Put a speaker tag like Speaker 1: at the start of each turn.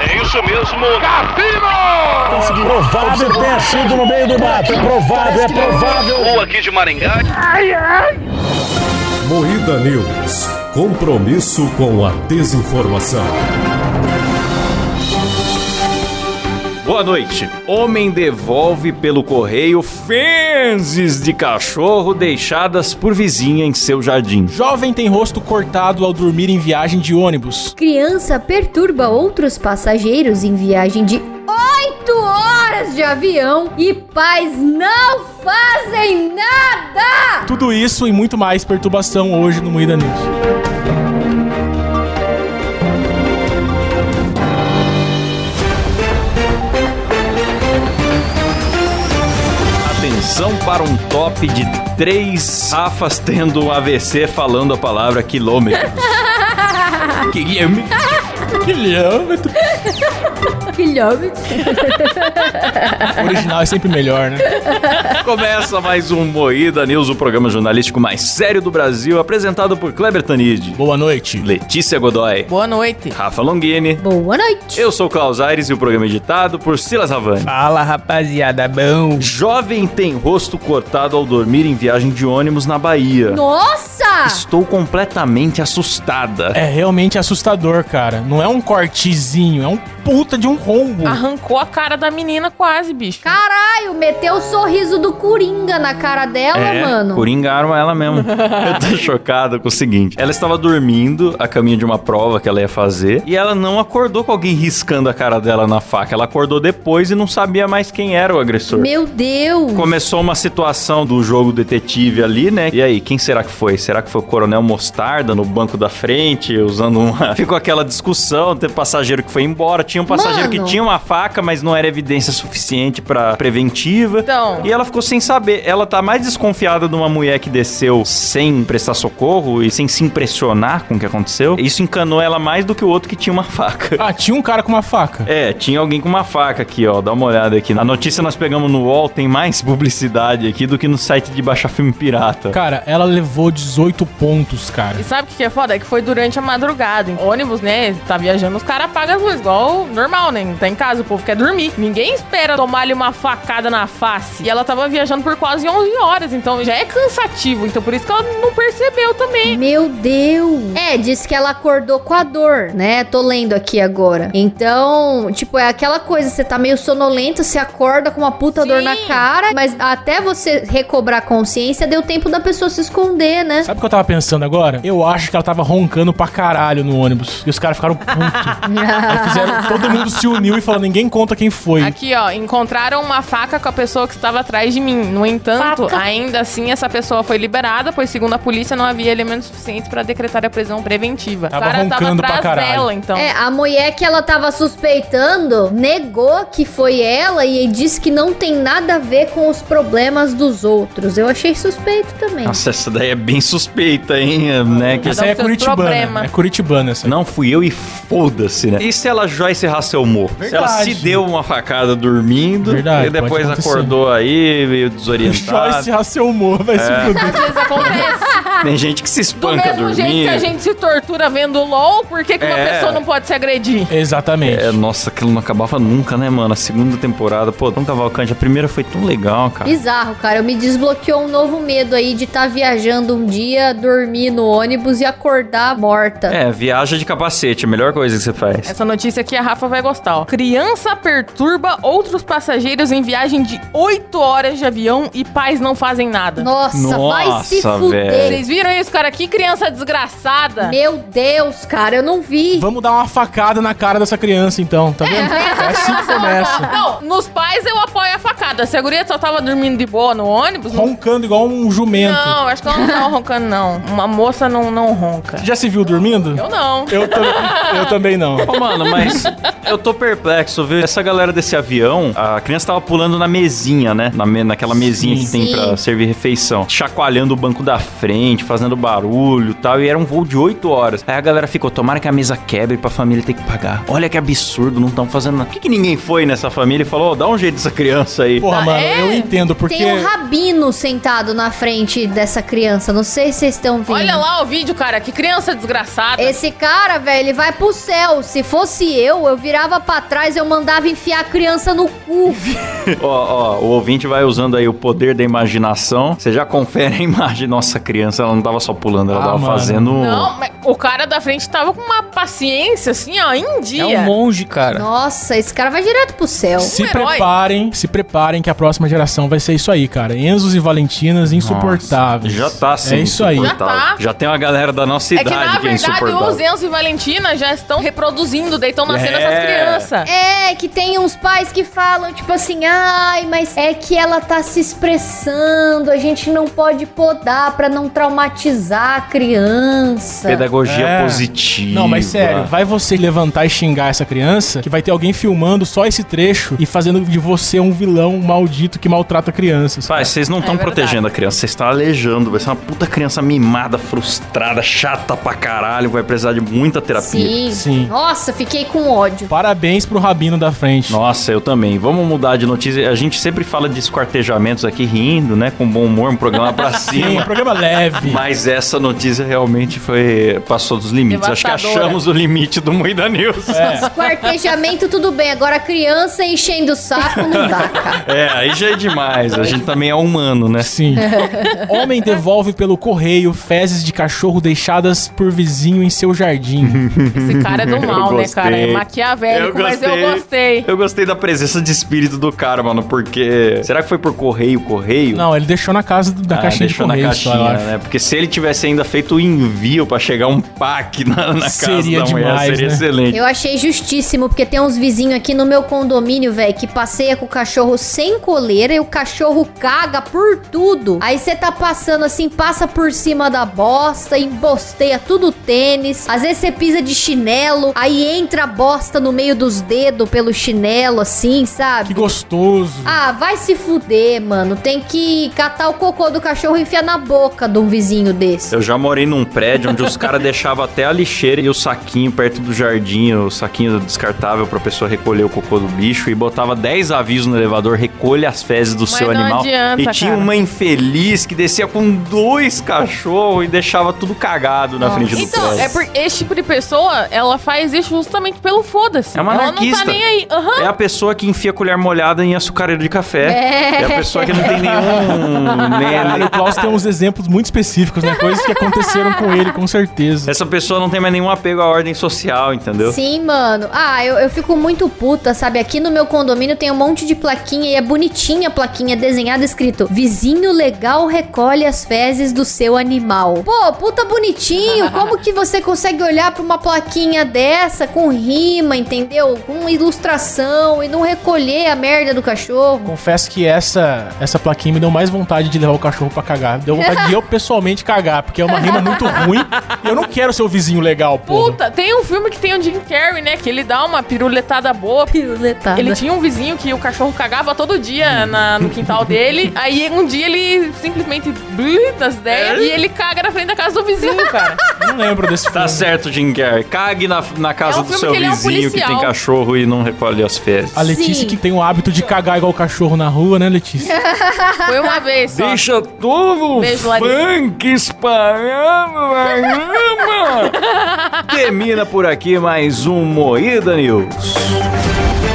Speaker 1: É isso mesmo.
Speaker 2: Cassino!
Speaker 3: Provável ter sido no meio do mato. É provável, é provável.
Speaker 1: Ou aqui de Maringá.
Speaker 4: Moída News. Compromisso com a desinformação.
Speaker 5: Boa noite. Homem devolve pelo correio fezes de cachorro deixadas por vizinha em seu jardim.
Speaker 6: Jovem tem rosto cortado ao dormir em viagem de ônibus.
Speaker 7: Criança perturba outros passageiros em viagem de 8 horas de avião e pais não fazem nada!
Speaker 6: Tudo isso e muito mais perturbação hoje no Moída News.
Speaker 5: Atenção para um top de três Rafas tendo um AVC falando a palavra quilômetros. Guilherme.
Speaker 6: Quilômetro.
Speaker 7: Quilômetros.
Speaker 6: O original é sempre melhor, né?
Speaker 5: Começa mais um Moída News, o programa jornalístico mais sério do Brasil, apresentado por Kleber Tanid,
Speaker 6: Boa noite.
Speaker 5: Letícia Godoy,
Speaker 8: Boa noite.
Speaker 5: Rafa Longini.
Speaker 7: Boa noite!
Speaker 5: Eu sou o Klaus Aires e o programa é editado por Silas Havani.
Speaker 8: Fala, rapaziada, bom.
Speaker 5: Jovem tem rosto cortado ao dormir em viagem de ônibus na Bahia.
Speaker 7: Nossa!
Speaker 5: Estou completamente assustada.
Speaker 6: É realmente assustador, cara. Não é um cortezinho, é um puta de um rombo.
Speaker 8: Arrancou a cara da menina quase, bicho.
Speaker 7: Caralho, meteu o sorriso do Coringa na cara dela, mano.
Speaker 5: Coringaram ela mesmo. Eu tô chocado com o seguinte: ela estava dormindo a caminho de uma prova que ela ia fazer e ela não acordou com alguém riscando a cara dela na faca. Ela acordou depois e não sabia mais quem era o agressor.
Speaker 7: Meu Deus!
Speaker 5: Começou uma situação do jogo detetive ali, né? E aí, quem será que foi? Será que foi o Coronel Mostarda no banco da frente, usando uma. Ficou aquela discussão, teve passageiro que foi embora, tinha um passageiro
Speaker 7: Mano.
Speaker 5: que tinha uma faca, mas não era evidência suficiente pra preventiva.
Speaker 8: Então.
Speaker 5: E ela ficou sem saber. Ela tá mais desconfiada de uma mulher que desceu sem prestar socorro e sem se impressionar com o que aconteceu. Isso encanou ela mais do que o outro que tinha uma faca.
Speaker 6: Ah, tinha um cara com uma faca.
Speaker 5: É, tinha alguém com uma faca aqui, ó. Dá uma olhada aqui. A notícia nós pegamos no UOL, tem mais publicidade aqui do que no site de baixar filme pirata.
Speaker 6: Cara, ela levou 18 pontos, cara.
Speaker 8: E sabe o que que é foda? É que foi durante a madrugada. Em Ônibus, né? Tá viajando, os caras apagam as luzes. Igual normal, né? Não tá em casa, o povo quer dormir. Ninguém espera tomar-lhe uma facada na face. E ela tava viajando por quase 11 horas, então já é cansativo. Então por isso que ela não percebeu também.
Speaker 7: Meu Deus! É, diz que ela acordou com a dor, né? Tô lendo aqui agora. Então, tipo, é aquela coisa, você tá meio sonolento, você acorda com uma puta
Speaker 8: Sim.
Speaker 7: dor na cara, mas até você recobrar a consciência, deu tempo da pessoa se esconder, né?
Speaker 6: Sabe o que eu tava pensando agora? Eu acho que ela tava roncando pra caralho no ônibus. E os caras ficaram putos. Aí fizeram, todo mundo se uniu e falou, ninguém conta quem foi.
Speaker 8: Aqui, ó, encontraram uma faca com a pessoa que estava atrás de mim. No entanto, ainda assim, essa pessoa foi liberada, pois, segundo a polícia, não havia elementos suficientes para decretar a prisão preventiva.
Speaker 6: Tava
Speaker 8: o cara tava
Speaker 6: roncando pra
Speaker 8: atrás
Speaker 6: caralho.
Speaker 8: dela, então.
Speaker 7: É, a mulher que ela tava suspeitando negou que foi ela e disse que não tem nada a ver com os problemas dos outros. Eu achei suspeito também.
Speaker 5: Nossa, essa daí é bem suspeita, hein? é, Né? Que
Speaker 6: Essa aí é
Speaker 8: Seus
Speaker 6: curitibana.
Speaker 8: problema.
Speaker 6: É curitibana essa. aí.
Speaker 5: Não fui eu e foda-se, né? E se ela Joyce Hasselmo? Se ela se
Speaker 6: Verdade.
Speaker 5: deu uma facada dormindo
Speaker 6: Verdade,
Speaker 5: e depois
Speaker 6: pode acontecer.
Speaker 5: acordou aí, meio tá.
Speaker 6: Joyce
Speaker 5: desorientada.
Speaker 6: Hasselmo vai se fuder.
Speaker 8: Às vezes acontece.
Speaker 5: Tem gente que se
Speaker 8: Do
Speaker 5: espanca
Speaker 8: mesmo jeito que a
Speaker 5: dormindo.
Speaker 8: gente se tortura vendo LOL, por que, que uma
Speaker 5: É.
Speaker 8: pessoa não pode se agredir?
Speaker 6: Exatamente.
Speaker 5: É, nossa, aquilo não acabava nunca, né, mano? A segunda temporada, pô, tão cavalcante. A primeira foi tão legal, cara.
Speaker 7: Bizarro, cara. Eu me desbloqueou um novo medo aí de estar viajando um dia, dormir no ônibus e acordar morta.
Speaker 5: É, viaja de capacete, é a melhor coisa que você faz.
Speaker 8: Essa notícia aqui a Rafa vai gostar, ó. Criança perturba outros passageiros em viagem de 8 horas de avião e pais não fazem nada.
Speaker 7: Nossa, vai se
Speaker 5: Nossa,
Speaker 7: fuder.
Speaker 5: velho.
Speaker 8: Vocês viram isso, cara? Que criança desgraçada.
Speaker 7: Meu Deus, cara, eu não vi.
Speaker 6: Vamos dar uma facada na cara dessa criança, então, tá vendo? É assim que começa.
Speaker 8: Não, nos pais eu apoio a facada. Se a guria só tava dormindo de boa no ônibus... Não,
Speaker 6: Roncando igual um jumento.
Speaker 8: não acho que ela não tava roncando, não. Uma moça não, não ronca.
Speaker 6: Já se viu dormindo?
Speaker 8: Eu não.
Speaker 6: Eu, também- eu também não.
Speaker 5: Ô, mano, mas eu tô perplexo, viu? Essa galera desse avião, a criança tava pulando na mesinha, né? Na me- naquela mesinha que tem
Speaker 7: Sim.
Speaker 5: pra servir refeição. Chacoalhando o banco da frente, fazendo barulho e tal. E era um voo de 8 horas. Aí a galera ficou, tomara que a mesa quebre pra família ter que pagar. Olha que absurdo, não tão fazendo nada. Por que, que ninguém foi nessa família e falou, ó, dá um jeito dessa criança aí?
Speaker 6: Porra,
Speaker 8: Ah,
Speaker 6: mano,
Speaker 8: é?
Speaker 6: eu entendo, porque...
Speaker 7: Tem um rabino sentado na frente dessa criança. Não sei se vocês estão vendo.
Speaker 8: Olha lá o vídeo, cara. Que criança desgraçada.
Speaker 7: Esse cara, velho, ele vai pro céu. Se fosse eu, eu virava pra trás, eu mandava enfiar a criança no cu.
Speaker 5: Ó, ó, o ouvinte vai usando aí o poder da imaginação. Você já confere a imagem. Nossa, a criança, ela não tava só pulando, ela
Speaker 6: Ah,
Speaker 5: tava
Speaker 6: mano.
Speaker 5: fazendo.
Speaker 8: Não, mas o cara da frente tava com uma paciência assim, ó, em
Speaker 1: É
Speaker 8: dia.
Speaker 1: um monge, cara.
Speaker 7: Nossa, esse cara vai direto pro céu.
Speaker 6: Se
Speaker 8: Um herói.
Speaker 6: preparem, se preparem que a próxima geração vai ser isso aí, cara. Enzos e Valentinas insuportáveis.
Speaker 5: Já tá
Speaker 6: sim.
Speaker 5: sendo
Speaker 6: É isso aí.
Speaker 8: insuportável.
Speaker 5: insuportável.
Speaker 8: Já tá.
Speaker 5: Já tem uma galera da nossa
Speaker 8: É
Speaker 5: idade
Speaker 8: que, na
Speaker 5: é
Speaker 8: verdade, os
Speaker 5: insuportável.
Speaker 8: Enzo e Valentina já estão reproduzindo, daí estão nascendo
Speaker 5: É.
Speaker 8: essas crianças.
Speaker 7: É, que tem uns pais que falam, tipo assim, ai, mas é que ela tá se expressando, a gente não pode podar pra não traumatizar a criança.
Speaker 5: Pedagogia
Speaker 6: É.
Speaker 5: positiva.
Speaker 6: Não, mas sério, vai você levantar e xingar essa criança que vai ter alguém filmando só esse trecho e fazendo de você um vilão maldito que maltrata crianças.
Speaker 5: Pai, vocês não estão
Speaker 8: É verdade.
Speaker 5: protegendo a criança, vocês estão aleijando. Vai ser uma puta criança mimada, frustrada, chata pra caralho. Vai precisar de muita terapia.
Speaker 7: Sim.
Speaker 6: Sim.
Speaker 7: Nossa, fiquei com ódio.
Speaker 6: Parabéns pro Rabino da frente.
Speaker 5: Nossa, eu também. Vamos mudar de notícia. A gente sempre fala de esquartejamentos aqui rindo, né? Com bom humor, um programa pra
Speaker 6: Sim, um
Speaker 5: cima.
Speaker 6: programa leve.
Speaker 5: Mas essa notícia realmente foi. passou dos limites. Acho que
Speaker 8: Devastadora.
Speaker 5: achamos o limite do Muida News.
Speaker 6: É.
Speaker 7: Quartejamento, tudo bem. Agora criança enchendo o saco não dá, cara.
Speaker 5: É, aí já é demais. A gente também é humano, né?
Speaker 6: Sim. Homem devolve pelo correio fezes de cachorro deixadas por vizinho em seu jardim.
Speaker 8: Esse cara é do mal, né, cara? É
Speaker 5: gostei.
Speaker 8: maquiavélico, mas eu gostei.
Speaker 5: Eu gostei da presença de espírito do cara, mano, porque. Será que foi por correio, correio?
Speaker 6: Não, ele deixou na casa do- da
Speaker 5: Ah,
Speaker 6: caixinha de
Speaker 5: deixou na
Speaker 6: correio, só, eu
Speaker 5: caixinha,
Speaker 6: acho.
Speaker 5: né? Porque se ele tivesse ainda feito o envio pra chegar um pack na, na casa
Speaker 6: Seria
Speaker 5: da mulher,
Speaker 6: demais,
Speaker 5: seria
Speaker 6: né?
Speaker 5: excelente.
Speaker 7: Eu achei justíssimo, porque tem uns vizinhos aqui no meu condomínio, velho, que passeia com o cachorro sem coleira e o cachorro caga por tudo. Aí você tá passando assim, passa por cima da bosta, embosteia tudo o tênis. Às vezes você pisa de chinelo, aí entra a bosta no meio dos dedos pelo chinelo, assim, sabe?
Speaker 6: Que gostoso.
Speaker 7: Ah, vai se fuder, mano. Tem que catar o cocô do cachorro e enfiar na boca de um vizinho desse.
Speaker 5: Eu já morei num prédio onde os caras deixavam até a lixeira e o saquinho perto do jardim, o saquinho descartável pra pessoa recolher o cocô do bicho e botava 10 avisos no elevador, recolha as fezes do
Speaker 8: Mas
Speaker 5: seu
Speaker 8: não
Speaker 5: animal.
Speaker 8: adianta,
Speaker 5: e tinha
Speaker 8: cara.
Speaker 5: uma infeliz que descia com dois cachorros e deixava tudo cagado na frente do
Speaker 8: Então,
Speaker 5: prédio.
Speaker 8: é porque esse tipo de pessoa, ela faz isso justamente pelo foda-se.
Speaker 5: É uma
Speaker 8: ela
Speaker 5: anarquista.
Speaker 8: não tá nem aí. Aham.
Speaker 5: É a pessoa que enfia colher molhada em açucareiro de café. É, a pessoa que não tem nenhum.
Speaker 6: Caralho,
Speaker 5: né?
Speaker 6: o Klaus tem uns exemplos muito específicos, né? Coisas que aconteceram com ele, com certeza.
Speaker 5: Essa pessoa não tem mais nenhum apego à ordem social, entendeu?
Speaker 7: Sim, mano. Ah, eu, eu fico muito puta, sabe? Aqui no meu condomínio tem um monte de plaquinha e é bonitinha a plaquinha desenhada escrito Vizinho legal recolhe as fezes do seu animal. Pô, puta bonitinho. Como que você consegue olhar pra uma plaquinha dessa com rima, entendeu? Com ilustração e não recolher a merda do cachorro?
Speaker 6: Confesso que essa, essa plaquinha me deu mais vontade de levar o cachorro pra cagar. Deu vontade de eu pessoalmente cagar, porque é uma rima muito ruim. E eu não quero ser o vizinho legal, pô.
Speaker 8: Puta, tem um filme que tem o Jim Carrey, né? Que ele dá uma piruletada boa.
Speaker 7: Piruletada.
Speaker 8: Ele tinha um vizinho que o cachorro cagava todo dia na- no quintal dele. Aí um dia ele simplesmente blu das ideias e ele caga na frente da casa do vizinho, cara.
Speaker 6: Não lembro desse filme.
Speaker 5: Tá certo, Jim Carrey. Cague na, na casa
Speaker 8: É um
Speaker 5: do
Speaker 8: filme
Speaker 5: seu
Speaker 8: que ele é um
Speaker 5: vizinho que tem
Speaker 8: policial.
Speaker 5: cachorro e não recolhe as fezes.
Speaker 6: A Letícia
Speaker 7: Sim.
Speaker 6: que tem o hábito de cagar igual cachorro na rua, né, Letícia?
Speaker 8: Foi uma vez só.
Speaker 5: todo
Speaker 8: Beijo, Larissa.
Speaker 5: espalhando na grama. Termina por aqui mais um Moída News.